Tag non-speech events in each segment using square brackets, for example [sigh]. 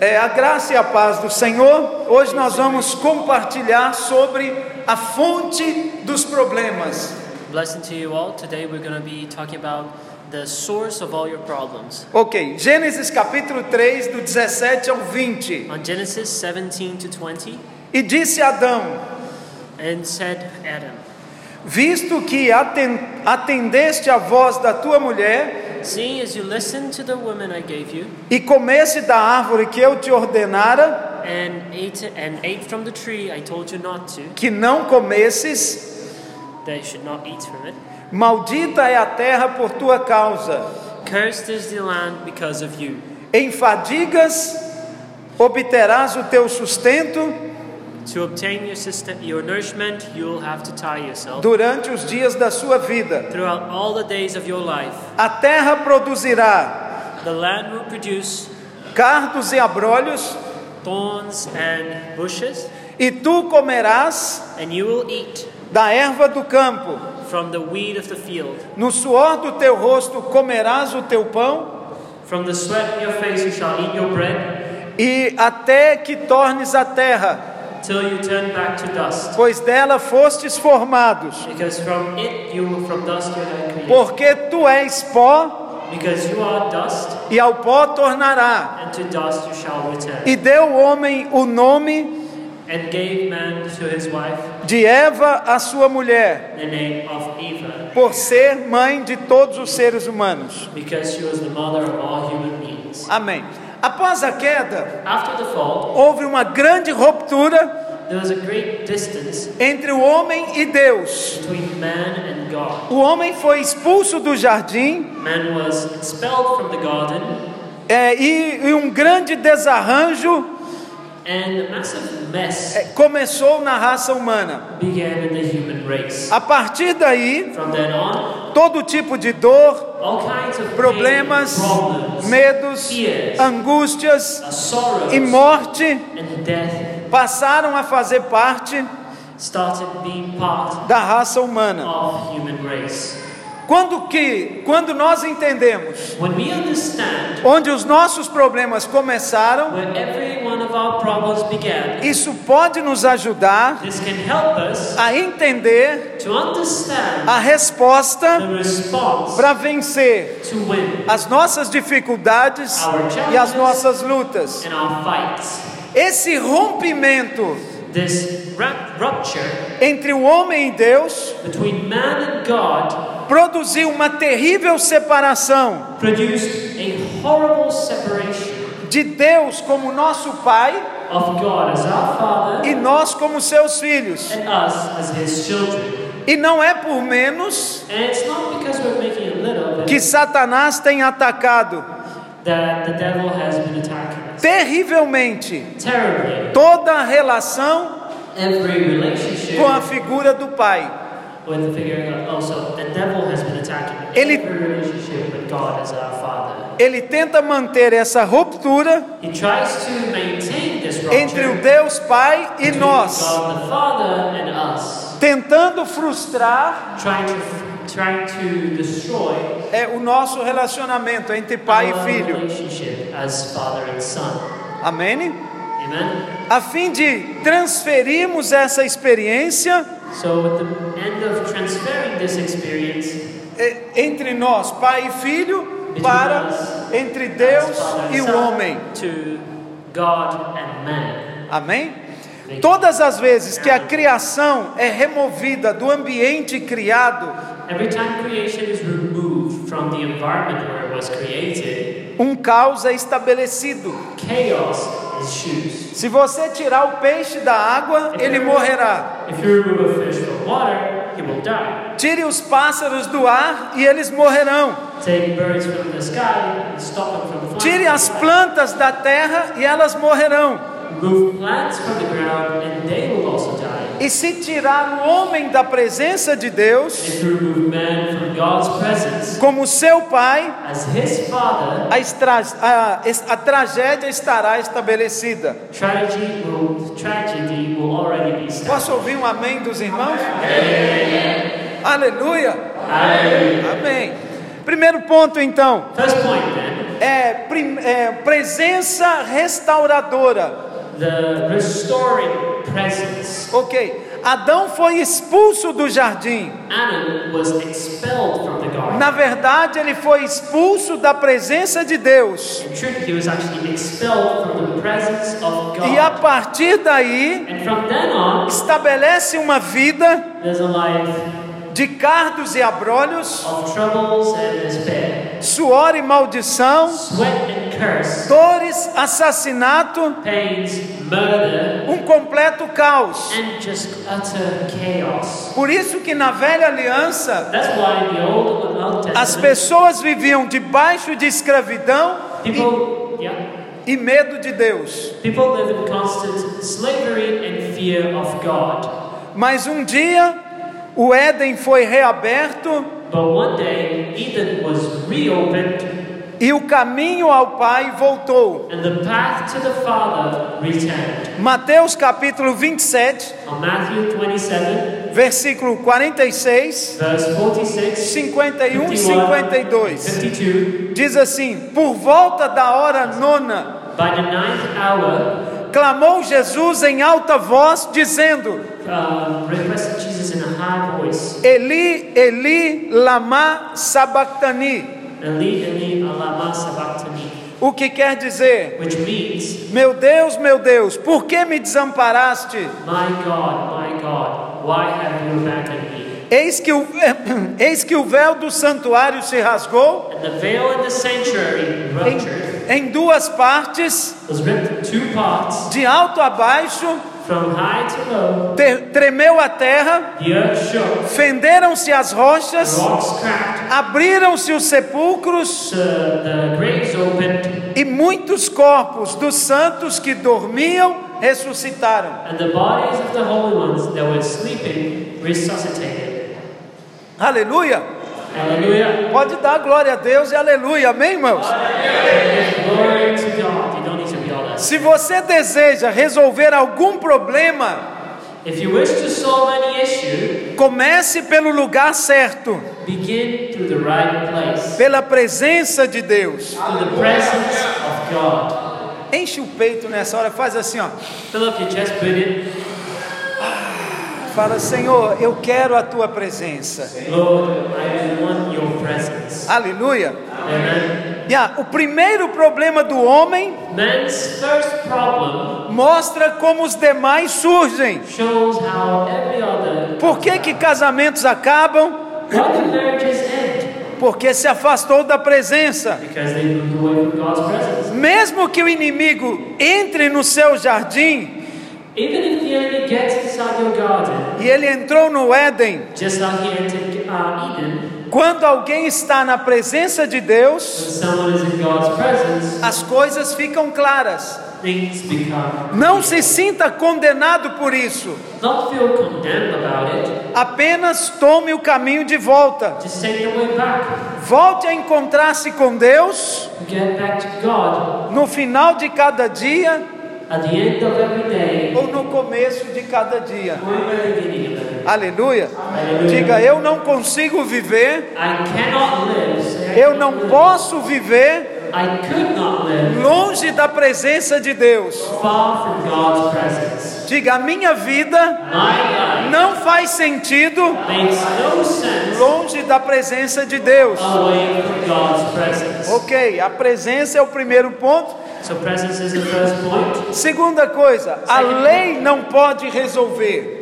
É, a graça e a paz do Senhor. Hoje nós vamos compartilhar sobre a fonte dos problemas. Blessing to you all. Today we're going to be talking about the source of all your problems. Ok, Gênesis capítulo 3, do 17 ao 20. On Genesis 17 to 20, E disse Adão: and said Adam, Visto que aten- atendeste à voz da tua mulher Seeing as you listened to the woman I gave you, e comeste da árvore que eu te ordenara and ate and ate from the tree I told you not to, que não comesses, that you should not eat from it, maldita é a terra por tua causa. cursed is the land because of you. Em fadigas obterás o teu sustento To obtain your system, your nourishment, you will have to tie yourself. durante os dias da sua vida. Throughout all the days of your life, A terra produzirá the land will produce cardos e abrolhos, thorns and bushes, e tu comerás and you will eat da erva do campo. from the weed of the field. No suor do teu rosto comerás o teu pão, From the sweat of your face you shall eat your bread, e até que tornes a terra, till you turn back to dust. pois dela fostes formados. Because from it you will from dust you are created. Porque tu és pó, Because you are dust, e ao pó tornará. and to dust you shall return. E deu o homem o nome And gave man to his wife de Eva, a sua mulher, the name of Eva, por ser mãe de todos os seres humanos. because she was the mother of all human beings. Amém. Após a queda, After the fall, houve uma grande ruptura there was a great distance entre o homem e Deus. between man and God. O homem foi expulso do jardim Man was expelled from the garden, é, e, e um grande desarranjo and a massive mess é, começou na raça humana. began in the human race. A partir daí, From then on, todo tipo de dor, all kinds of pain, problemas, problems, medos, fears, angústias uh, sorrows, e morte and death passaram a fazer parte started being part da raça humana. of human race. Quando que, quando nós entendemos When we understand onde os nossos problemas começaram, where every one of our problems began, isso pode nos ajudar this can help us a entender to understand a resposta the response para vencer to win as nossas dificuldades e as nossas lutas. in our fights. Esse rompimento This rap- rupture entre o homem e Deus between man and God produziu uma terrível separação produced a horrible separation de Deus como nosso Pai of God as our Father e nós como seus filhos. and us as His children. E não é por menos And it's not because we're making a little bit que Satanás tem atacado that the devil has been attacking us terrivelmente terribly. toda a relação Every relationship com a figura do Pai. with figuring out also the devil has been attacking Ele- every relationship with God as our Father. Ele tenta manter essa ruptura He tries to maintain this entre rupture o Deus Pai e between nós, God the Father and us, tentando frustrar trying to trying to destroy é, o nosso relacionamento entre pai our e filho. relationship as father and son. Amém? Amen. A fim de transferirmos essa experiência So at the end of transferring this experience é, entre nós, pai e filho, para entre Deus as father and e o son homem. to God and man. Amém? Todas as vezes que a criação é removida do ambiente criado, Every time creation is removed from the environment where it was created, um caos é estabelecido. chaos ensues. Se você tirar o peixe da água, ele morrerá. If you remove a fish from water, he will die. Tire os pássaros do ar e eles morrerão. Take birds from the sky and stop them from flying. Tire as plantas da terra e elas morrerão. Remove plants from the ground and they will also die. E se tirar o homem da presença de Deus, If you remove man from God's presence como seu pai, as his father, a, estra- a es- a tragédia estará estabelecida. tragedy will, tragedy will already be started. Posso ouvir um amém dos irmãos? Aleluia. Amém. Primeiro ponto então, First point then, é, prim- é, presença restauradora. the restoring presence. Ok, Adão foi expulso do jardim. Adam was expelled from the garden. Na verdade, ele foi expulso da presença de Deus. In truth, he was actually expelled from the presence of E a God. partir daí, And from then on, estabelece uma vida there's a life de cardos e abrolhos, of troubles and despair, suor e maldição, sweat and curse, dores, assassinato, pains, murder, um completo caos. and just utter chaos. Por isso que na velha aliança, That's why in the Old and Old as Testament, pessoas viviam debaixo de escravidão people, yeah, e medo de Deus. people live in constant slavery and fear of God. Mas um dia, o Éden foi reaberto But one day, Eden was reopened, e o caminho ao Pai voltou. and the path to the Father returned. Mateus capítulo 27, On Matthew 27, versículo 46, Verse 46, 51 e 52. 52. Diz assim: Por volta da hora nona, By the ninth hour, clamou Jesus em alta voz, dizendo: uh, requested Jesus in a high voice, Eli, Eli, lama sabachthani. Eli, Eli, alama sabachthani, O que quer dizer? which means, Meu Deus, meu Deus, por que me desamparaste? My God, my God, why have you abandoned me? Eis que o, [coughs] eis que o véu do santuário se rasgou And the veil in the sanctuary ruptured, em, em duas partes, was ripped in two parts, de alto a baixo, from high to low. te- tremeu a terra. The earth shook, Fenderam-se as the rochas, rocks cracked, abriram-se os sepulcros, uh, the, the graves opened, e muitos corpos dos santos que dormiam ressuscitaram. and the bodies of the holy ones that were sleeping resuscitated. Aleluia! Hallelujah. Pode dar glória a Deus e aleluia, amém, irmãos? Glory to God. You don't need to be all that. Se você deseja resolver algum problema, If you wish to solve any issue, comece pelo lugar certo, begin through the right place, pela presença de Deus. through the presence of God. Enche o peito nessa hora, faz assim, ó. Fill up your chest, Buddha. Fala, Senhor, eu quero a tua presença. Lord, I want your presence. Aleluia. Amen. Yeah, o primeiro problema do homem Man's first problem mostra como os demais surgem. shows how every other. Por que, que casamentos acabam? Why do marriages end? Porque se afastou da presença. Because they moved away from God's presence. Mesmo que o inimigo entre no seu jardim, Even if the enemy gets inside your garden, e ele entrou no Éden, just like he entered uh, Eden, quando alguém está na presença de Deus, when someone is in God's presence, as coisas ficam claras. things become Não se sinta condenado por isso. Not feel condemned about it. Apenas tome o caminho de volta. Just take the way back. Volte a encontrar-se com Deus Get back to God no final de cada dia at the end of every day ou no começo de cada dia. or in the beginning of every day. Aleluia. Hallelujah. Diga, eu não consigo viver, I cannot live. say I eu cannot não live. posso viver I could not live longe da presença de Deus. far from God's presence. Diga, a minha vida My não faz sentido life makes no sense longe da presença de Deus. away from God's presence. Ok, a presença é o primeiro ponto. So presence is the first point. Segunda coisa, a lei não pode resolver.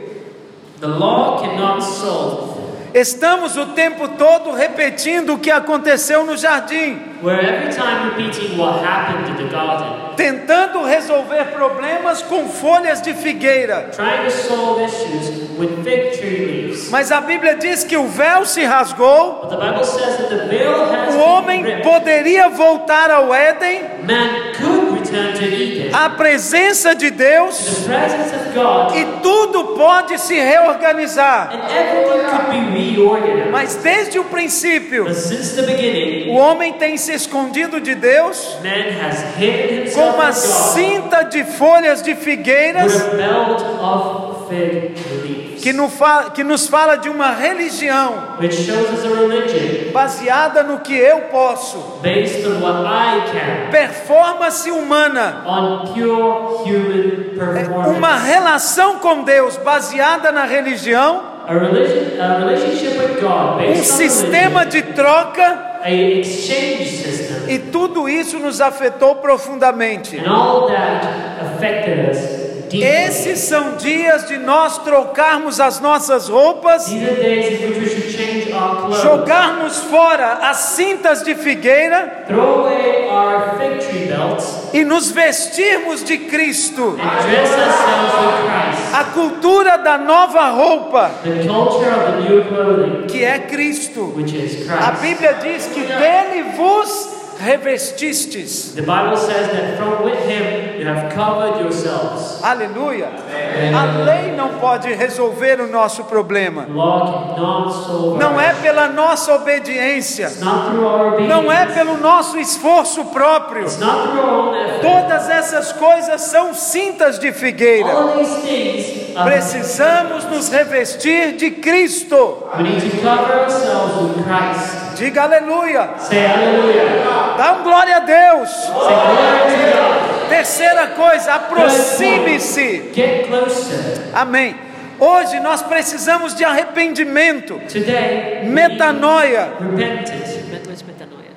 The law cannot solve. Estamos o tempo todo repetindo o que aconteceu no jardim, We're every time repeating what happened in the garden, tentando resolver problemas com folhas de figueira. trying to solve issues with fig tree leaves. Mas a Bíblia diz que o véu se rasgou But the Bible says that the veil has O been homem ripped. poderia voltar ao Éden, Man could return to Eden, à presença de Deus, the presence of God, e tudo pode se reorganizar. and everything could be reorganized. Mas desde o princípio, But since the beginning, o homem tem se escondido de Deus man has hidden com himself uma from cinta de folhas de God figueiras with a belt of fig leaves. que, no fa- que nos fala de uma religião which shows us a religion baseada no que eu posso, based on what I can, performance humana, on pure human performance. uma relação com Deus baseada na religião, a, religion, a relationship with God um based on sistema religion, de troca, a exchange system, e tudo isso nos afetou profundamente. and all that affected us deeply. Esses são dias de nós trocarmos as nossas roupas, These are days in which we should change our clothes, jogarmos fora as cintas de figueira throw away our fig tree belts, e nos vestirmos de Cristo. and dress ourselves with Christ. A cultura da nova roupa, The culture of the new clothing, que é Cristo. which is A Christ. Bíblia diz que dele vos revestistes. The Bible says that from with him you have covered yourselves. Aleluia. A lei não pode resolver o nosso problema. Law cannot solve Não our- é pela nossa obediência, It's not through our obedience. não é pelo nosso esforço próprio. It's not through our own effort. Todas essas coisas são cintas de figueira. All these things are Precisamos nos revestir de Cristo. We need to cover ourselves with Christ. Diga aleluia. Say hallelujah. Dá um glória a Deus. Say glory to God. Terceira coisa, aproxime-se. Get closer. Amém. Hoje nós precisamos de arrependimento, Today, we metanoia, need repentance. Met- what's metanoia?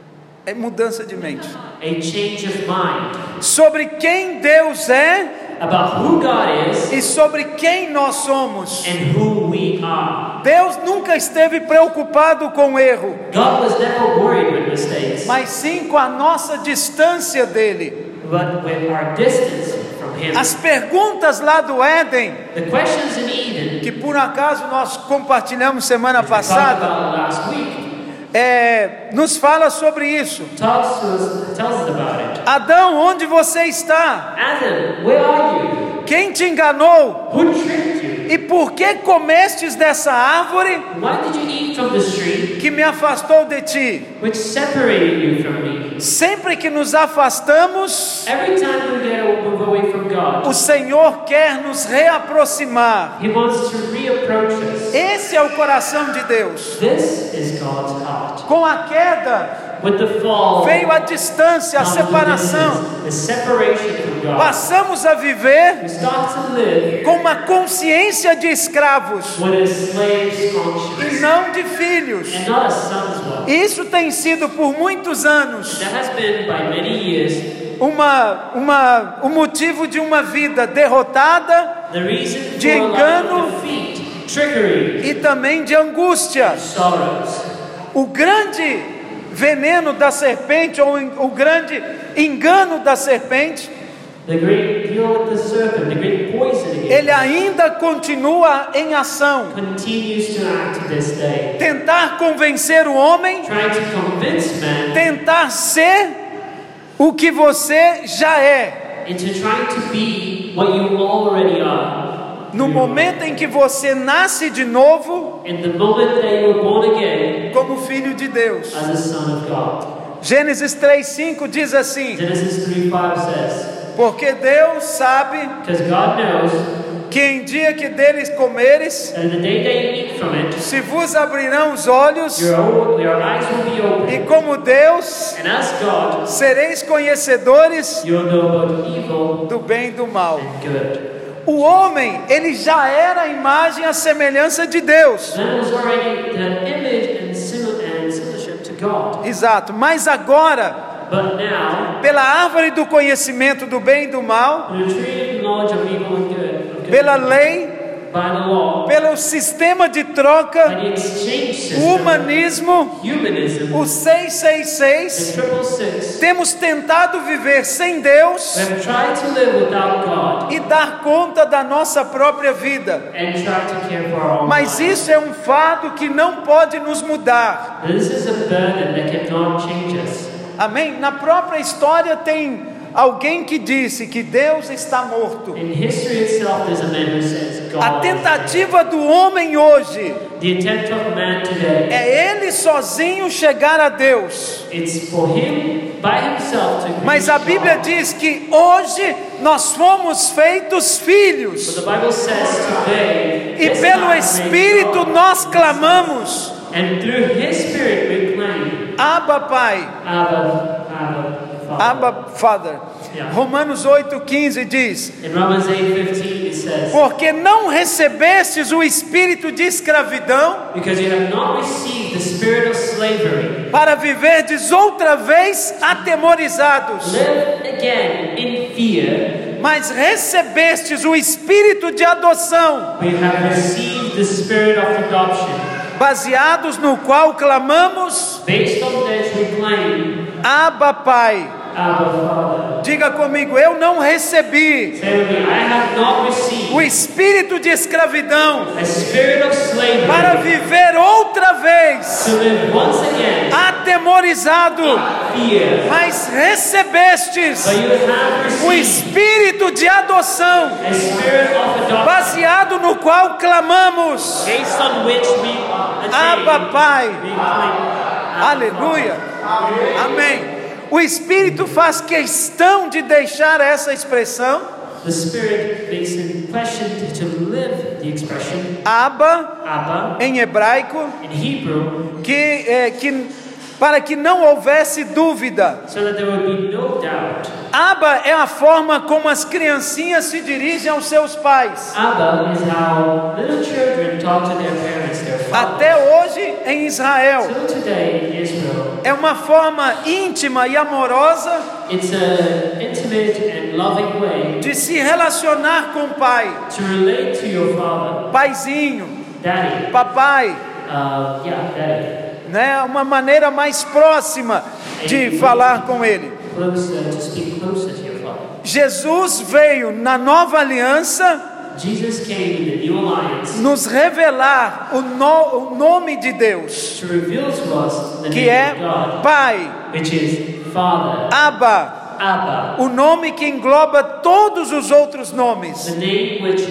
é mudança de mente. A change of mind sobre quem Deus é about who God is e sobre quem nós somos. and who we are. Deus nunca esteve preocupado com o erro, God was never worried with mistakes, mas sim com a nossa distância dele. but with our distance from Him. As perguntas lá do Éden, The questions in Eden que por acaso nós compartilhamos semana we talked passada, about last week é, nos fala sobre isso. talks to us, tells us about it. Adam, onde você está? Adam, where are you? Quem te enganou? Who tricked you? E por que comestes dessa árvore Why did you eat from this tree que me afastou de ti? which separated you from me? Sempre que nos afastamos, Every time we get a- move away from God, O Senhor quer nos reaproximar. He wants to reapproach us. Esse é o coração de Deus. This is God's heart. Com a queda With the fall, veio a distância, a comes the separação. distance, the separation from God. Passamos a viver We start to live com uma consciência de escravos with a slave's e conscience não de filhos. and not a son's one. Isso tem sido por muitos anos That has been by many years uma, uma, o motivo de uma vida derrotada the reason De for a life engano. of defeat, trickery, e também de angústia. sorrows. O grande veneno da serpente, ou en- o grande engano da serpente, The great deal with the serpent, the great poison again. ele ainda continua em ação. continues to act to this day, Tentar convencer o homem, trying to convince man tentar ser o que você já é. into trying to be what you already are. No momento em que você nasce de novo In the moment that you were born again como filho de Deus. as a son of God. Gênesis 3:5 diz assim: Genesis 3 5 says, Porque Deus sabe Because God knows que em dia que deles comeres, that the day that you eat from it, se vos abrirão os olhos, your, own, your eyes will be opened. e como Deus And as God, sereis conhecedores you'll know both evil do bem e do mal. and good. O homem, ele já era a imagem e a semelhança de Deus. Man was already the image and simil- and similarship to God. Exato. Mas agora, But now, pela árvore do conhecimento do bem e do mal, the tree of knowledge of evil and good, of good pela lei, by the law, pelo sistema de by troca, the exchange o system, humanismo, humanism, o 666, the triple six, temos tentado viver sem Deus we have tried to live without God e dar conta da nossa própria vida. and try to care for our own Mas lives. isso é um fado que não pode nos mudar. This is a burden that cannot change us. Amém? Na própria história tem alguém que disse que Deus está morto. In history itself, there's a man who says A God. is dead." tentativa do homem hoje The attempt of man today, é ele sozinho chegar a Deus. it's for him by himself to. Mas reach a Bíblia God. diz que hoje nós fomos feitos But filhos the Bible says today. e this pelo man made Espírito God. nós clamamos: And through His Spirit we claim Abba, Pai, Abba, Abba, Father. Abba, Father. Yeah. Romanos 8,15 diz: In Romans 8:15 it says, Porque não recebestes o espírito de escravidão "Because you have not received the spirit of slavery, para viverdes outra vez atemorizados, live again in fear, mas recebestes o espírito de adoção, we have received the spirit of adoption, baseados no qual clamamos: based on which we claim Abba, Pai. Abba, Father." Diga comigo, eu não recebi Say with me, "I have not o received espírito de escravidão a spirit of para slavery viver outra vez to live once again atemorizado, in fear, mas recebestes but you have o received espírito de adoção, a spirit of adoption." baseado no qual clamamos: Based on which we attain, Abba, Pai. we claim, Aleluia. Amém. O Espírito faz questão de deixar essa expressão, The Spirit makes it question to live the expression Abba, Abba em hebraico, in Hebrew que, é, que para que não houvesse dúvida. so that there would be no doubt. Abba é a forma como as criancinhas se dirigem aos seus pais. Abba is how little children talk to their parents, their father. Até hoje em Israel. Till today in Israel, É uma forma íntima e amorosa it's an intimate and loving way de se relacionar com o pai. to relate to your father, Paizinho, daddy. papai, Uh, yeah, daddy. né? Uma maneira mais próxima de falar com ele. Closer, to speak closer to your father. Jesus veio na nova aliança Jesus came in the new alliance. nos revelar o, no- o nome de Deus, to reveal to us the que name é of God, Pai, which is Father, Abba, Abba, o nome que engloba todos os outros nomes. the name which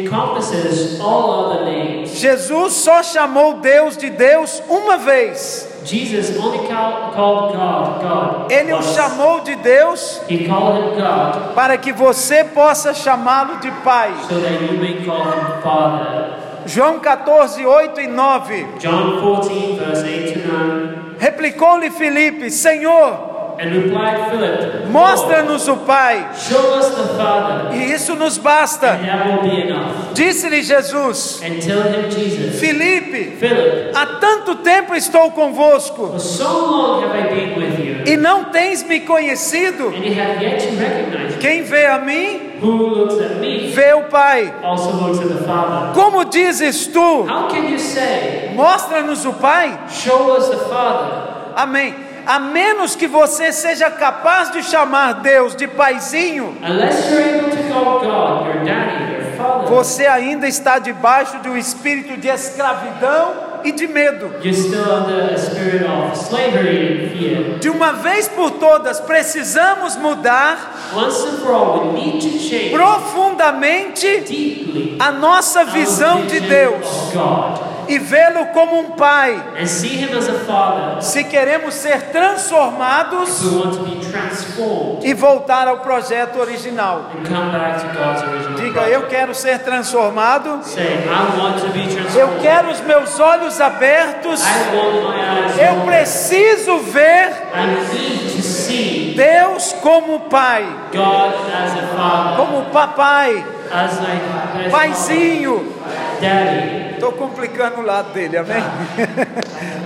encompasses all other names. Jesus só chamou Deus de Deus uma vez. Jesus only cal- called God God. Ele o once. chamou de Deus He called him God para que você possa chamá-lo de Pai. so that you may call him Father. João 14, 8 e 9. John 14, verse 8 to 9. Replicou-lhe Filipe: Senhor, And replied Philip, Lord, mostra-nos o Pai, Show us the Father, e isso nos basta. and that will be enough. Disse-lhe Jesus: And tell him Jesus, Filipe, Philip, há tanto tempo estou convosco for so long have I been with you, e não tens me conhecido. and you have yet to recognize me. Quem vê a mim, Who looks at me vê o Pai. also looks at the Father. Como dizes tu, How can you say, mostra-nos o Pai? Show us the Father? Amém. A menos que você seja capaz de chamar Deus de paizinho, Unless you're able to call God your daddy, your father, você ainda está debaixo de um espírito de escravidão e de medo. you're still under a spirit of slavery and fear. De uma vez por todas, precisamos mudar Once and for all, we need to change profundamente deeply a nossa our visão de vision Deus. of God e vê-lo como um pai. and see Him as a father. Se queremos ser transformados We want to be transformed e voltar ao projeto original. and come back to God's original. Diga, plan. eu quero ser transformado. Say, I want to be Eu transformed. quero os meus olhos abertos. I want my eyes. Eu open. preciso ver I need to see Deus como pai, God as a father, como papai, as like as paizinho. daddy. Estou complicando o lado dele, amém? [laughs]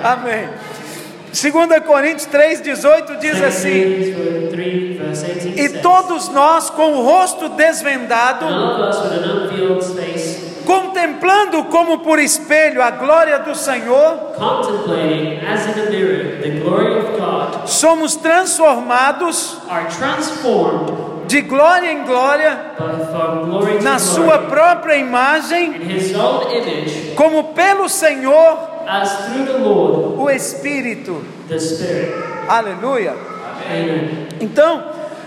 amém. 2 Coríntios 3, 18 diz assim: Second Corinthians 3 verse 18 E says, todos nós, com o rosto "And desvendado, all of us with an unveiled face, contemplando como por espelho a glória do Senhor, contemplating as in a mirror the glory of God, somos transformados are transformed de glória em glória by- from glory to na glory sua própria imagem, in His own image, como pelo Senhor as through the Lord o Espírito. the Spirit." Aleluia. Amen. Então,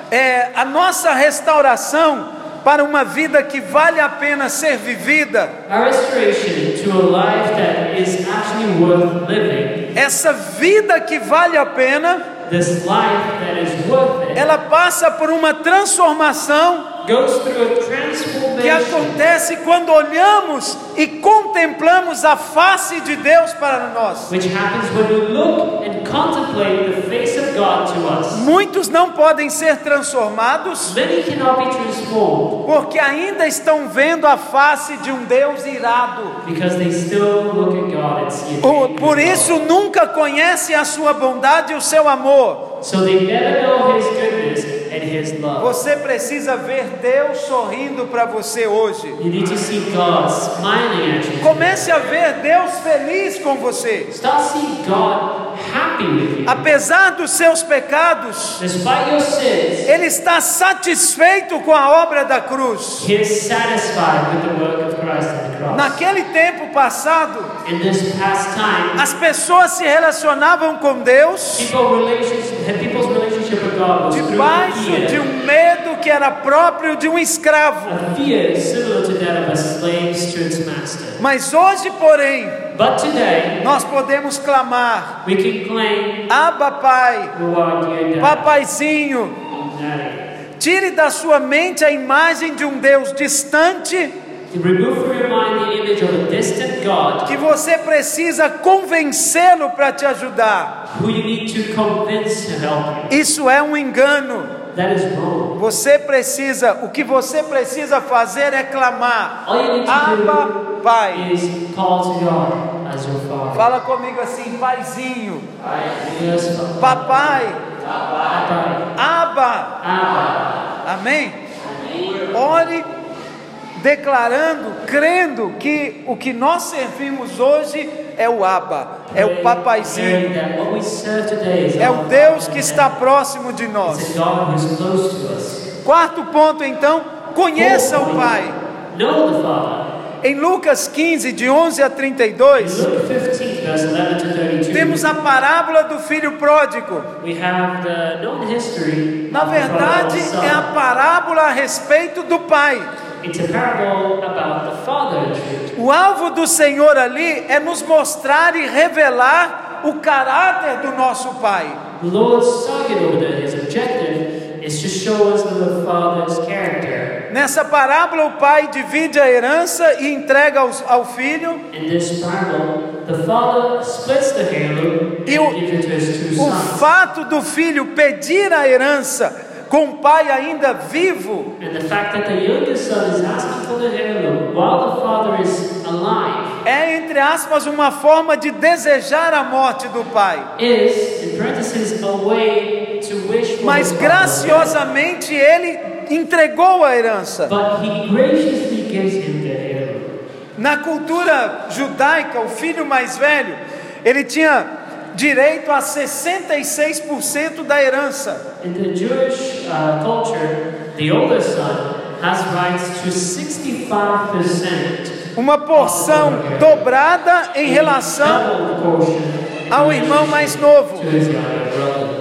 é, a nossa restauração para uma vida que vale a pena ser vivida, Our restoration to a life that is actually worth living, essa vida que vale a pena, this life that is worth it, ela passa por uma transformação goes through a que transformation acontece quando olhamos e contemplamos a face de Deus para nós. which happens when we look and contemplate the face of God to us. Muitos não podem ser transformados Many cannot be transformed porque ainda estão vendo a face de um Deus irado. because they still look at God and see a Por, angry por God. isso nunca conhecem a sua bondade e o seu amor. So they never know His goodness and His love. Você precisa ver Deus sorrindo para você hoje. You need to see God smiling at you. Comece a ver Deus feliz com você. Start seeing God happy with you. Apesar dos seus pecados, Despite your sins, Ele está satisfeito com a obra da cruz. He is satisfied with the work of Christ on the cross. Naquele tempo passado, In this past time, as pessoas se relacionavam com Deus people relationship, people's relationship with God was through debaixo de fear. um medo que era próprio de um escravo. A fear similar to that of a slave to its master. Mas hoje, porém, But today, nós podemos clamar: we can claim Abba, Pai, who are dear dad Papaizinho, and daddy. tire da sua mente a imagem de um Deus distante To remove from your mind the image of a distant God que você precisa convencê-lo para te ajudar. who you need to convince to help Isso é um engano. you. That is wrong. Você precisa, o que você precisa fazer é clamar: All you need to Abba, Pai. do is call to God as your father. Fala comigo assim, paizinho, Yes, Father. papai, Abba. Abba. Amém? Ore declarando, crendo que o que nós servimos hoje é o Abba, é o papaizinho, That what we serve today is é o our Deus Father que in está heaven. próximo de nós. It's a God who is close to us. Quarto ponto então, conheça o Pai. Know the Father. Em Lucas 15, de 11 a In 32, Luke 15, verse 11 to 32, temos a parábola do filho pródigo. we have the known history. Na of the verdade, prodigal é a son. parábola a respeito do Pai. It's a parable about the Father. indeed. O alvo do Senhor ali é nos mostrar e revelar o caráter do nosso Pai. The Lord's target over there, his objective, is to show us the Father's character. Nessa parábola, o pai divide a herança e entrega aos- ao filho. In this parable, the Father splits the halo and E o- gives it to his two O sons. fato do filho pedir a herança com o pai ainda vivo And the fact that the youngest son is asking for the heirloom while the father is alive é, entre aspas, uma forma de desejar a morte do pai. is, in parentheses, a way to wish for Mas the father. graciosamente ele entregou a herança. But he graciously gives him the heirloom. Na cultura judaica, o filho mais velho, ele tinha direito a 66% da herança. In the Jewish uh, culture, the older son has rights to 65%. Uma porção dobrada em relação double proportion in ao relation irmão mais to novo. his younger brother.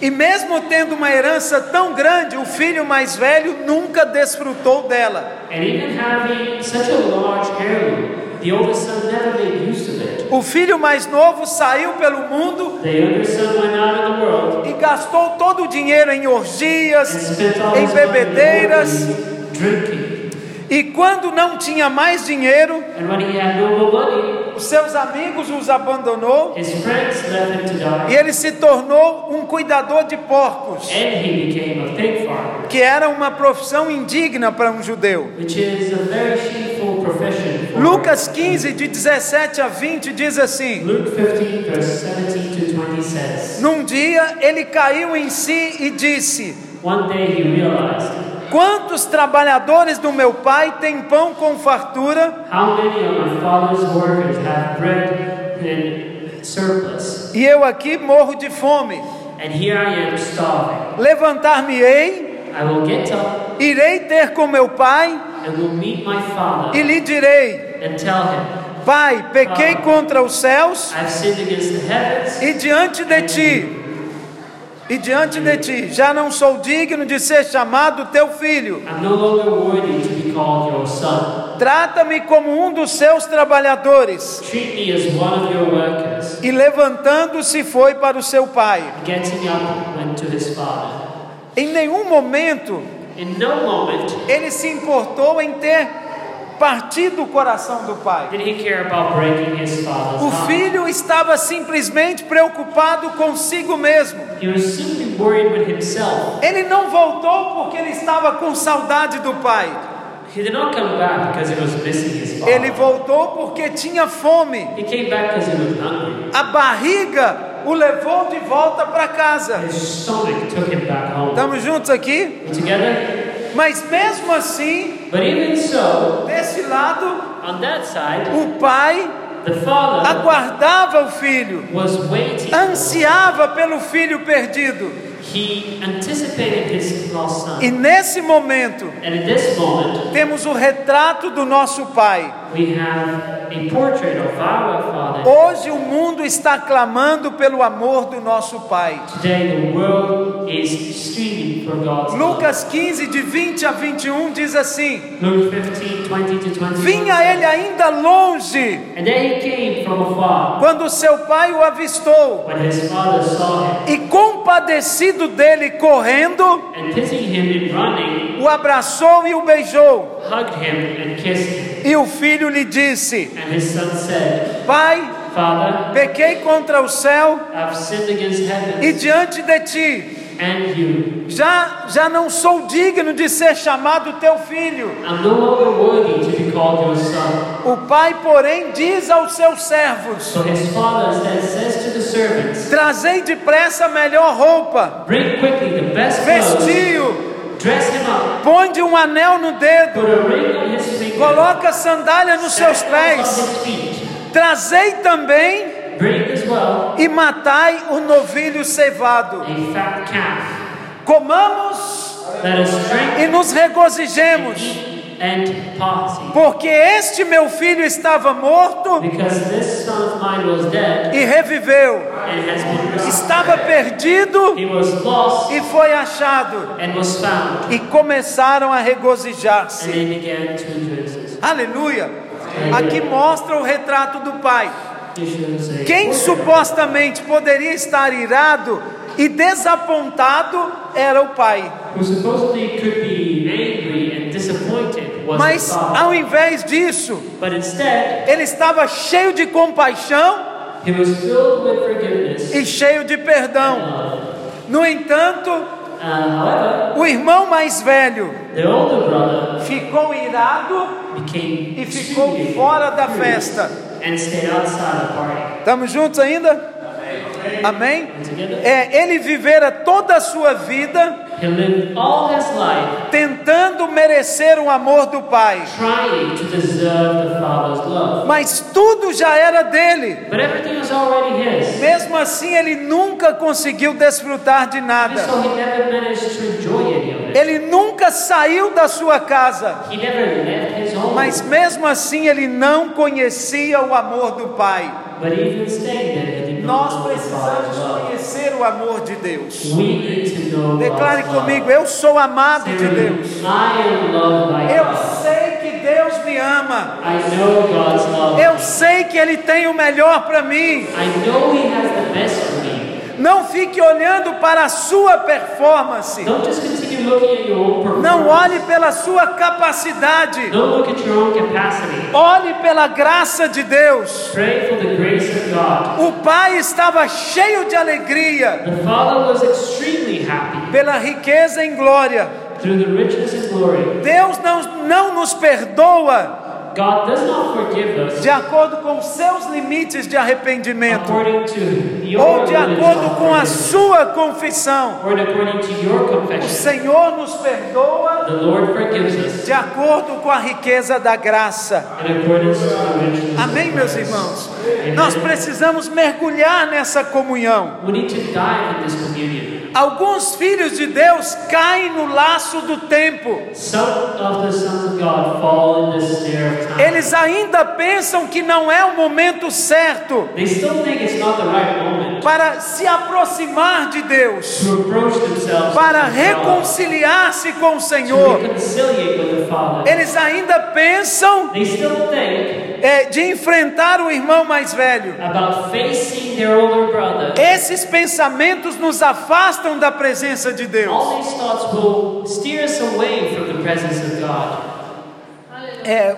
E mesmo tendo uma herança tão grande, o filho mais velho nunca desfrutou dela. And even having such a large heirloom, the older son never made use of it. O filho mais novo saiu pelo mundo The younger son went out in the world e gastou todo o dinheiro em orgias, and spent all em his money in bebedeiras. orgies, drinking. E quando não tinha mais dinheiro, And when he had no more money, os seus amigos os abandonou his friends left him to E die, ele se tornou um cuidador de porcos, and he became a pig farmer, que era uma profissão indigna para um judeu. which is a very shameful profession. For Lucas 15, de 17 a 20, diz assim: Luke 15, verse 17 to 20 says, Num dia ele caiu em si e disse: One day he realized, Quantos trabalhadores do meu pai têm pão com fartura How many of my father's workers have bread and surplus, e eu aqui morro de fome? and here I am starving. Levantar-me-ei, I will get up irei ter com meu pai and will meet my e father lhe direi: and tell him, Pai, pequei contra os céus I've sinned against the heavens e diante de ti. E diante de ti, já não sou digno de ser chamado teu filho. I'm no longer worthy to be called your son. Trata-me como um dos seus trabalhadores. Treat me as one of your workers. E levantando-se foi para o seu pai. Getting up went to his father. Em nenhum momento In no moment ele se importou em ter partido o coração do pai. did he care about breaking his father's O heart. filho estava simplesmente preocupado consigo mesmo. He was simply worried with himself. Ele não voltou porque ele estava com saudade do pai. He did not come back because he was missing his father. Ele voltou porque tinha fome. He came back because he was hungry. A barriga o levou de volta para casa. His stomach took him back home. Estamos juntos aqui? We together? Mas mesmo assim, But even so, desse lado, on that side, o pai the Uh, father aguardava o filho, was waiting. uh, ansiava pelo filho perdido. He anticipated his lost son. E nesse momento, And at this moment, temos o retrato do nosso pai. we have a portrait of our father. Hoje o mundo está clamando pelo amor do nosso Pai. Today, the world is streaming for God's love. Lucas 15, de 20 a 21, diz assim: Luke 15, 20 to 21. Vinha ele ainda longe, And there he came from afar. quando seu pai o avistou, When his father saw him, e compadecido dele correndo, and pitying him in running, o abraçou e o beijou. hugged him and kissed him. E o filho lhe disse: And his son said, Pai, Father, pequei contra o céu I've sinned against heaven e diante de ti. and you. Já, já não sou digno de ser chamado teu filho. I'm no longer worthy to be called your son. O pai, porém, diz aos seus servos: So his father then says to the servants, Trazei depressa a melhor roupa, Bring quickly the best clothes, vestiu, dress him up, põe um anel no dedo, put a ring on his finger, coloca sandália nos seus sandals on pés. his feet, Trazei também bring as well e matai o novilho cevado. a fat calf. Comamos Let us drink e nos regozijemos, and party. porque este meu filho estava morto Because this son of mine was dead e reviveu, and has been restored. estava perdido He was lost e foi achado. and was found. E começaram a And regozijar-se. they began to enjoy this. Aleluia! Aqui mostra o retrato do pai. You shouldn't say. Quem supostamente poderia estar irado e desapontado era o pai. Who supposedly could be angry and disappointed was Mas the father. ao invés disso, But instead, ele estava cheio de compaixão he was filled with forgiveness. e cheio de perdão. Uh, No entanto, however, o irmão mais velho the older brother ficou irado became e ficou extremely fora da furious festa. and stayed outside the party. Estamos juntos ainda? Amém? É, ele vivera toda a sua vida He lived all his life tentando merecer o amor do pai, trying to deserve the father's love. mas tudo já era dele. But everything was already his. Mesmo assim, ele nunca conseguiu desfrutar de And nada. so he never managed to enjoy any of it. Ele nunca saiu da sua casa. He never left his home. Mas mesmo assim, ele não conhecia o amor do Pai. But even staying there, he did not Nós know his father's precisamos love. conhecer o amor de Deus. We need to know Declare God's love. comigo: Eu sou amado Say de with me, Deus. I am loved by Eu God. sei que Deus me ama. I know God's love. Eu sei que Ele tem o melhor para mim. I know He has the best for me. Não fique olhando para a sua performance. Don't just continue looking at your own performance. Não olhe pela sua capacidade. Don't look at your own capacity. Olhe pela graça de Deus. Pray for the grace of God. O pai estava cheio de alegria The Father was extremely happy pela riqueza em glória. through the richness and glory. Deus não, não nos perdoa God does not forgive us de acordo com seus limites de arrependimento according to your ou de religious acordo com a forgiveness, sua confissão. or according to your O confession. Senhor nos perdoa The Lord forgives us de acordo com a riqueza da graça. in accordance to the richness. of Amém, meus Christ. irmãos? Nós precisamos mergulhar nessa comunhão. We need to dive in this communion. Alguns filhos de Deus caem no laço do tempo. Some of the sons of God fall in the snare of time. Eles ainda pensam que não é o momento certo. They still think it's not the right moment. covenant, para se aproximar de Deus, to approach themselves para to God, reconciliar-se com o to Senhor. reconciliate with the Father. Eles ainda pensam They still think é, de enfrentar o irmão mais velho. about facing their older brother. Esses pensamentos nos afastam da presença de Deus. All these thoughts will steer us away from the presence of God. É,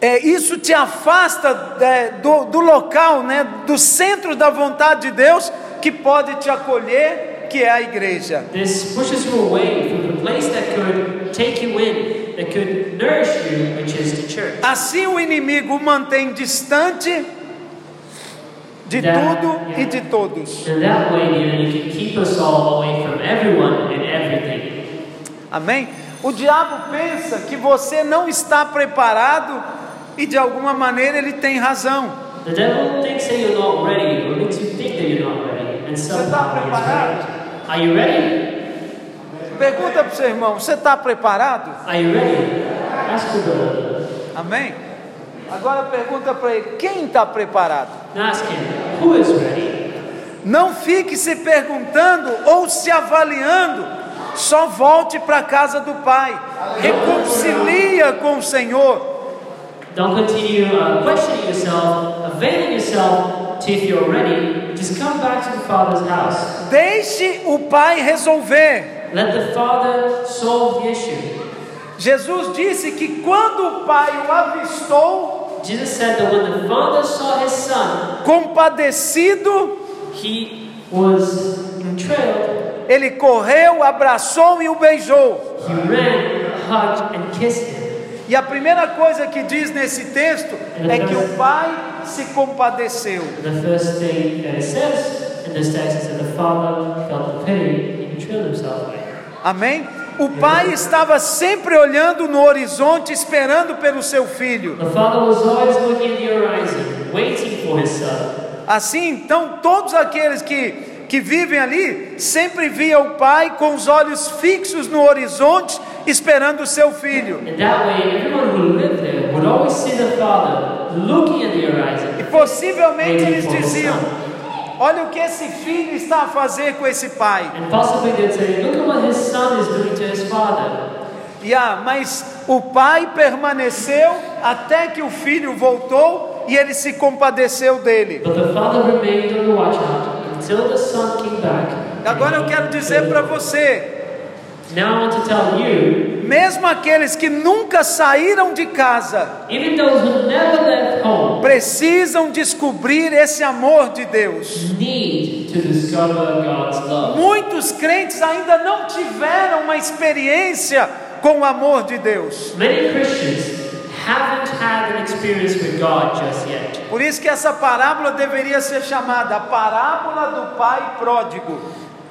é, isso te afasta é, do, do local, né, do centro da vontade de Deus que pode te acolher, que é a igreja. This pushes you away from the place that could take you in, that could nourish you, which is the church. Assim o inimigo o mantém distante de tudo e de todos. And that way, the enemy can keep us all away from everyone and everything. Amém? O diabo pensa que você não está preparado e de alguma maneira ele tem razão. The devil thinks that you're not ready, or makes you think that you're not ready, and somehow he is right. Are you ready? Pergunta para o seu irmão: você está preparado? Are you ready? Ask the Lord. Amém? Agora pergunta para ele: quem está preparado? Now ask him, who is ready? Não fique se perguntando ou se avaliando. Só volte para a casa do Pai. Reconcilia com o Senhor. Don't continue uh, questioning yourself, availing yourself to if you're ready. Just come back to the Father's house. Deixe o Pai resolver. Let the Father solve the issue. Jesus disse que quando o Pai o avistou, Jesus said that when the Father saw his Son, compadecido, he was entrailed ele correu, abraçou e o beijou. He ran, hugged, and kissed him. E a primeira coisa que diz nesse texto é que o Pai se compadeceu. And the first thing that it says in this text is that the father felt the pity and trailed himself away. Amém? O Pai estava sempre olhando no horizonte, esperando pelo seu filho. The father was always looking at the horizon, waiting for his son. Assim, então, todos aqueles que, que vivem ali sempre viam o pai com os olhos fixos no horizonte, esperando o seu filho. And that way, everyone who lived there would always see the father looking at the E horizon. possivelmente eles diziam: Olha o que esse filho está a fazer com esse pai. And possibly they'd say, Look at what his son is doing to his father. E ah, mas o pai permaneceu até que o filho voltou e ele se compadeceu dele. But the father remained on the watchout until the son came back. Agora eu quero dizer para você: Now I want to tell you mesmo aqueles que nunca saíram de casa, Even those who never left home precisam descobrir esse amor de Deus. need to discover God's love. Muitos crentes ainda não tiveram uma experiência com o amor de Deus. Many Christians haven't had an experience with God just yet. Por isso que essa parábola deveria ser chamada a parábola do pai pródigo.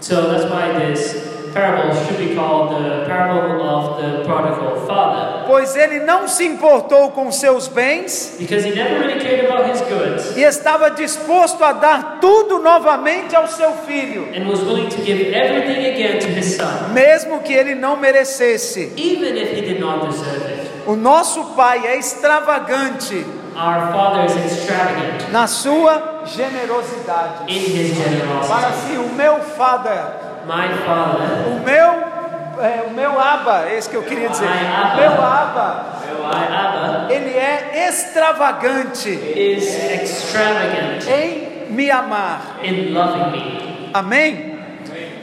So that's why this parable should be called the parable of the prodigal father. Pois ele não se importou com seus bens Because he never really cared about his goods e estava disposto a dar tudo novamente ao seu filho, and was willing to give everything again to his son, mesmo que ele não merecesse. even if he did not deserve it. O nosso pai é extravagante Our father is extravagant na sua generosidade. in his Fala generosity. assim, o meu fada, My father, o meu, é, o meu aba, é isso que eu queria dizer. O meu aba, my Abba, ele é extravagante is extravagant. em me amar. in loving me. Amém?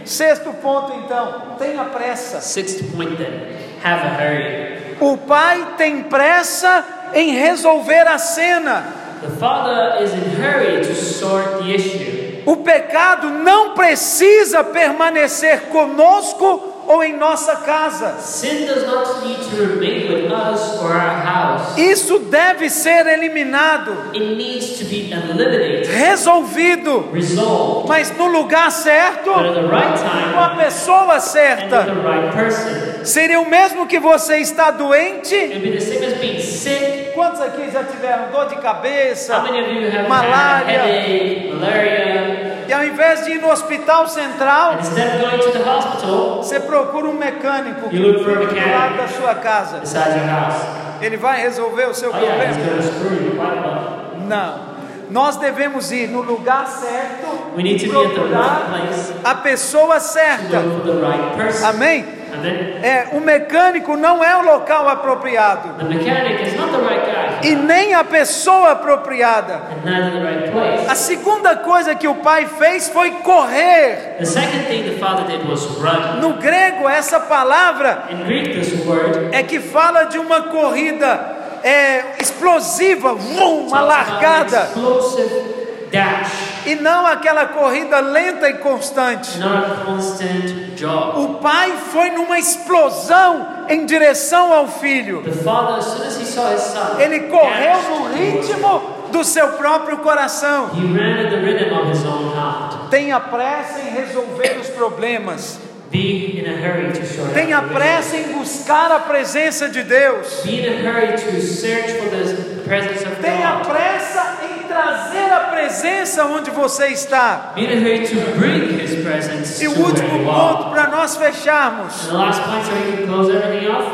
Sexto ponto então, tenha pressa. Sixth point then, have a hurry. O pai tem pressa em resolver a cena. The father is in hurry to sort the issue. O pecado não precisa permanecer conosco ou em nossa casa. Sin does not need to remain with us or our house. Isso deve ser eliminado, It needs to be eliminated, resolvido. resolved, mas no lugar certo, but at the right com a time pessoa and with certa. the right person. Seria o mesmo que você está doente? It'd be the same as being sick. Quantos aqui já tiveram dor de How cabeça? many of you have had Malaria. headache, malaria? E ao invés de ir no hospital And central, instead of going to the hospital, você procura um mecânico que You look for a fica do mechanic. lado da sua casa. beside your house. Ele vai resolver o seu Oh yeah, it's problema? going to screw you quite well. Não. Nós devemos ir no lugar certo, We need to be at the right procurar place, a pessoa certa. look for the right Um, person. Amém? And then É, o mecânico não é o local apropriado the mechanic is not the right guy, e nem a pessoa apropriada. and neither the right place. A segunda coisa que o pai fez foi correr. The second thing the father did was run. No grego, essa palavra In Greek, this word é que fala de uma corrida é, explosiva, vum, uma talks about an largada, explosive dash, e não aquela corrida lenta e constante. not a constant jog. O pai foi numa explosão em direção ao filho. The father, as soon as he saw his son, Ele correu dashed no towards him. ritmo do seu próprio coração. He ran in the rhythm of his own heart. Tenha pressa em resolver os problemas. Be in a hurry to sort out Tenha the pressa em buscar a presença de Deus. business. Be in a hurry to search for the presence of Tenha God. pressa em trazer a presença onde você está. Be in a hurry to bring His presence E o to where último you ponto are. para nós fecharmos. And the last point, so we can close everything off.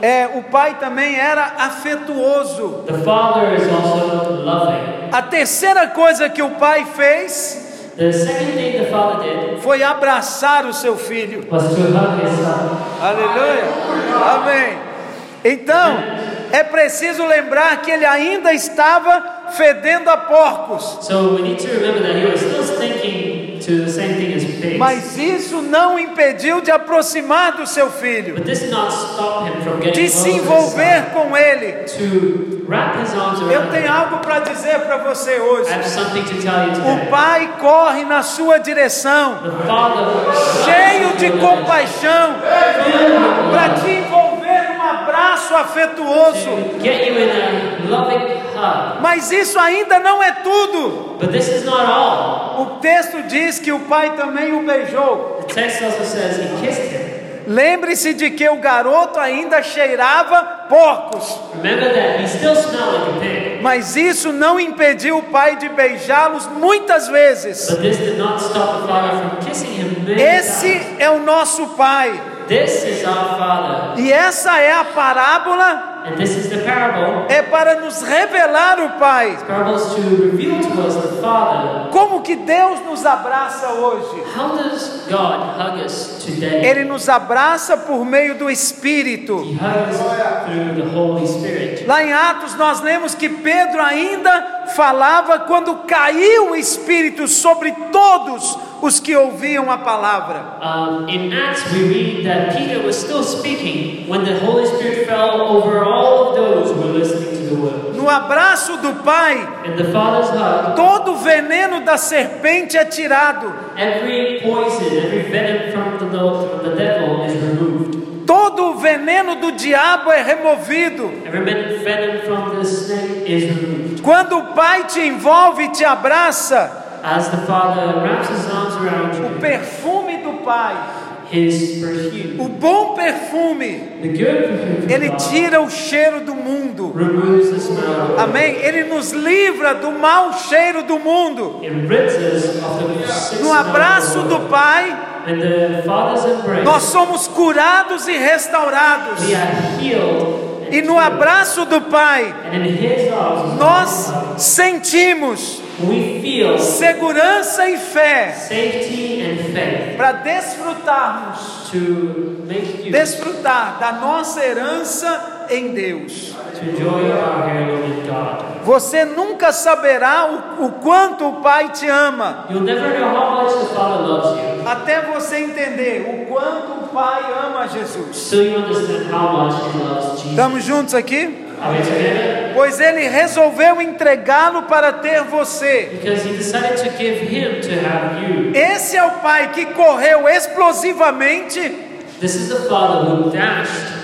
É, o pai também era afetuoso. The Father is also loving. A terceira coisa que o pai fez The second thing the Father did foi abraçar o seu filho. was to hug His Son. Aleluia. Amém. Então, é preciso lembrar que ele ainda estava fedendo a porcos. So we need to remember that He was still thinking to the same thing as pigs. Mas isso não o impediu de aproximar do seu filho, But this did not stop Him from getting de close se to His Son. envolver com ele. To wrap His arms Eu around Him. tenho algo para dizer para você I hoje. have something to tell you O today. pai corre na sua direção, The Father, cheio de compassion, compaixão, para te envolver num abraço afetuoso. get you in a loving hug. Mas isso ainda não é tudo. But this is not all. O texto diz que o pai também o beijou. The text also says he kissed him. Lembre-se de que o garoto ainda cheirava porcos. Remember that he still smelled like a pig. Mas isso não impediu o pai de beijá-los muitas vezes. But this did not stop the father from kissing him. many Esse times. é o nosso pai. This is our father. E essa é a parábola And this is the parable. é para nos revelar o pai. Parables to reveal to us the father. Como que Deus nos abraça hoje? How does God hug us today? Ele nos abraça por meio do Espírito. He hugs us through the Holy Spirit. Lá em Atos nós lemos que Pedro ainda falava quando caiu o Espírito sobre todos os que ouviam a palavra. Um, in Acts, we read that Peter was still speaking when the Holy Spirit fell over all of those who were listening to the word. No abraço do pai, In the Father's hug, Todo o veneno da serpente é tirado, every poison, every venom from the, from the devil is removed. todo o veneno do diabo é removido. Every ven- venom from the snake is removed. Quando o Pai te envolve e te abraça, As the Father wraps his arms o around you, perfume do Pai, his perfume, o bom perfume, the good perfume, ele of God, tira o cheiro do mundo. removes the smell. of Amém? Ele nos livra do mau cheiro do mundo. It rids us of the sick No smell of the abraço world. do Pai, In the Father's embrace, nós somos curados e restaurados. we are healed. and E no cured. abraço do Pai, And in His arms, nós sentimos we feel segurança e fé. safety and faith para desfrutarmos, to make you desfrutar da nossa herança em Deus. to enjoy our heritage in God. Você nunca saberá o, o quanto o Pai te ama, You'll never know how much the Father loves you até você entender o quanto o Pai ama Jesus. till you understand how much He loves Jesus. Estamos juntos aqui? Are we together? Pois ele resolveu entregá-lo para ter você. Because He decided to give Him to have you. Esse é o Pai que correu explosivamente This is the Father who dashed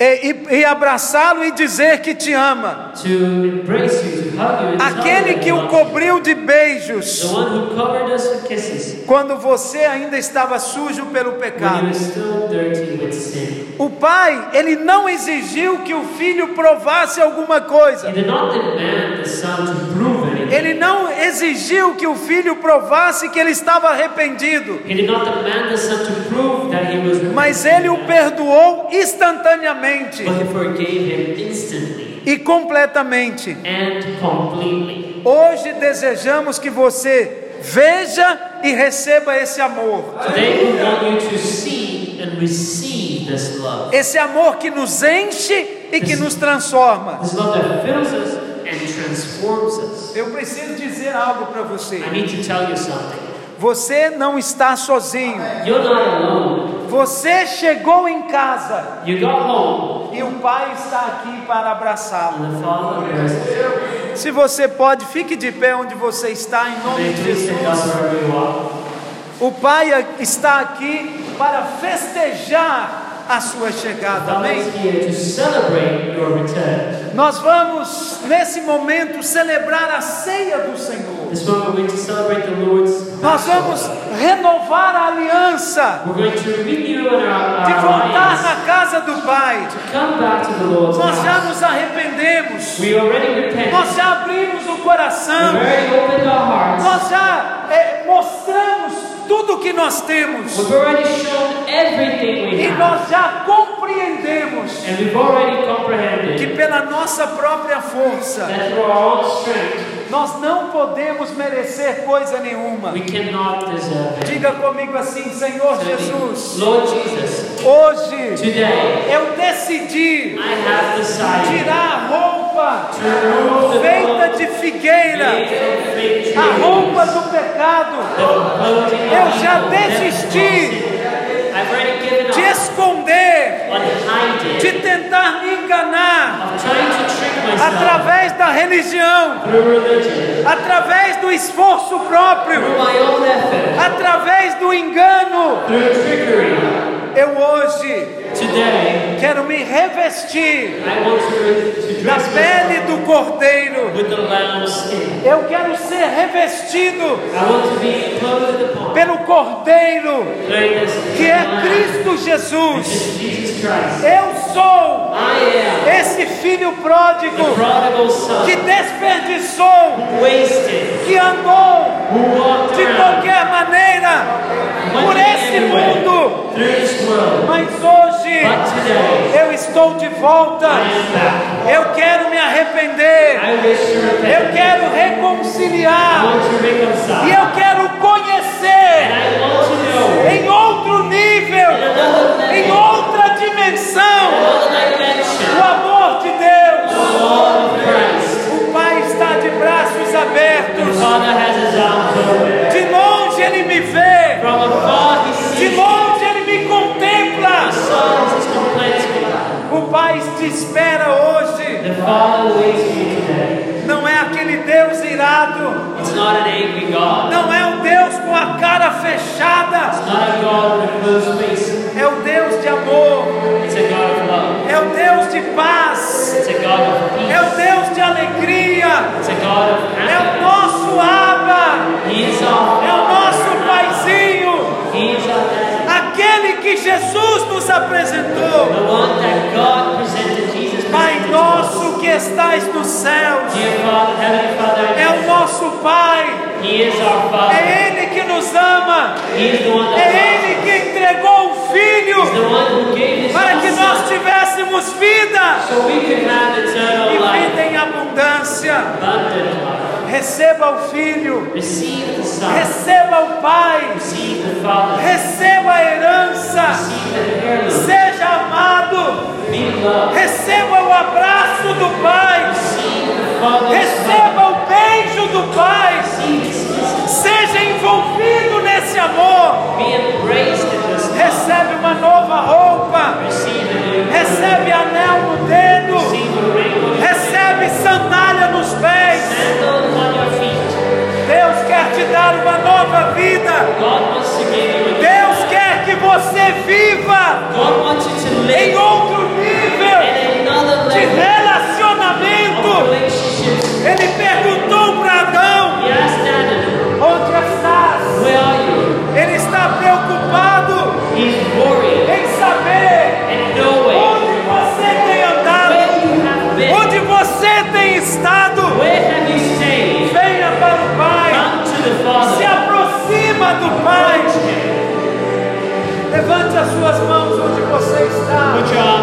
e, e- e abraçá-lo e dizer que te ama. to embrace you, to hug you, and tell you Aquele that que He o loves you. cobriu de beijos. The one who covered us with kisses quando você ainda estava sujo pelo when you were pecado. still dirty with sin. O pai, ele não exigiu que o filho provasse alguma He coisa. did not demand the son to prove anything. him. Ele não exigiu que o filho provasse que ele estava arrependido, He did not demand the son to prove that he was mas ele o perdoou instantaneamente but he forgave him instantly e completamente. and completely. Hoje desejamos que você veja e receba esse amor. Today we want you to see and receive this love. Esse amor que nos enche e que nos transforma. This love that fills us and transforms us. Eu preciso dizer algo para você. I need to tell you something. Você não está sozinho. You're not alone. Você chegou em casa You got home e o pai está aqui para abraçá-lo. and the Father is Se você pode, fique de pé onde você está em nome de please take Jesus. us wherever you are. O pai está aqui para festejar a sua chegada. God Amém. is here to celebrate your return. Nós vamos nesse momento celebrar a ceia do Senhor. This moment we're going to celebrate the Lord's Nós vamos Passover. renovar a aliança We're going to renew our, de our voltar alliance. na casa do Pai. Come back to the Lord's Nós já house. nos arrependemos. We already repent. Nós já abrimos o We coração. already opened our hearts. Nós já é, mostramos tudo o que nós temos. We've already shown everything we E have. nós já compreendemos And we've already que comprehended pela nossa própria força that through our own strength nós não podemos merecer coisa nenhuma. we cannot deserve it. Diga comigo assim, Senhor Jesus, Lord Jesus, hoje today eu decidi I have decided tirar a roupa to remove the feita de made figueira, from fig trees. a roupa do pecado, Eu já desisti I've already given de up esconder, on hiding, de tentar me enganar of trying to trick myself através da religião, through religion, através do esforço próprio. through my own effort, através do engano. through trickery. Eu hoje Today, quero me revestir I want to, to da dress myself pele do cordeiro. with the lamb's skin. Eu quero ser revestido I want to be clothed upon pelo cordeiro greatness que é Cristo which Jesus. is Jesus Christ. Eu sou I am esse filho the pródigo prodigal que son, desperdiçou, wasted, que andou who walked de around qualquer maneira por esse mundo. through this world. Mas hoje But today, eu estou de volta. I am back. Eu quero me arrepender. I wish to Eu repent. quero I reconciliar want to reconcile. e eu quero And conhecer I want to know em outro nível, em outra dimensão, all that I mentioned o amor de Deus. the law of Christ. O Pai está de braços The abertos. Father has his arms open. De longe ele me vê, From afar he de sees longe ele me the contempla. sons his complaints me. O Pai te espera hoje. The Father waits for you today. Não é aquele Deus irado, It's not an angry God. não é um Deus com a cara fechada. It's not a God with a closed face. É o Deus de amor, It's a God of love. é o Deus de paz. It's a God of É o peace. Deus de alegria. It's a God of É o happiness. nosso Abba. He is É our o nosso Paizinho. He is our daddy. Aquele que Jesus nos apresentou. The one that God presented Jesus Pai presented to us. nosso que estás nos céus. Dear Father, Heavenly Father, I É o nosso Pai. He is our Father. É Ele que nos ama. He is the one É that Ele que entregou o He's Filho the one who gave His para que own Son, nós tivéssemos vida so we could have e eternal life, vida em abundância. abundant life. Receba o Filho. Receive the Son. Receba o Pai. Receive the Father. Receba a herança. Receive the heirloom. Seja amado, Be loved. receba o abraço do Pai, Receive the Father's love. receba o beijo do Pai, Receive His kisses. seja envolvido nesse amor. Be embraced in this love. Recebe uma nova roupa, Receive the new. recebe anel no dedo, Receive the ring on your recebe sandália nos pés. sandals on your feet. Deus quer te dar uma nova vida, God wants to give you a Deus quer que você viva God wants you to em live outro nível in another de level of relacionamento. relationships. Ele perguntou para Adão: He asked Adam, onde estás? where are you? Ele está preocupado He's worried em saber and knowing onde você tem andado, where you have been, onde você tem estado. where have you stayed. Venha job,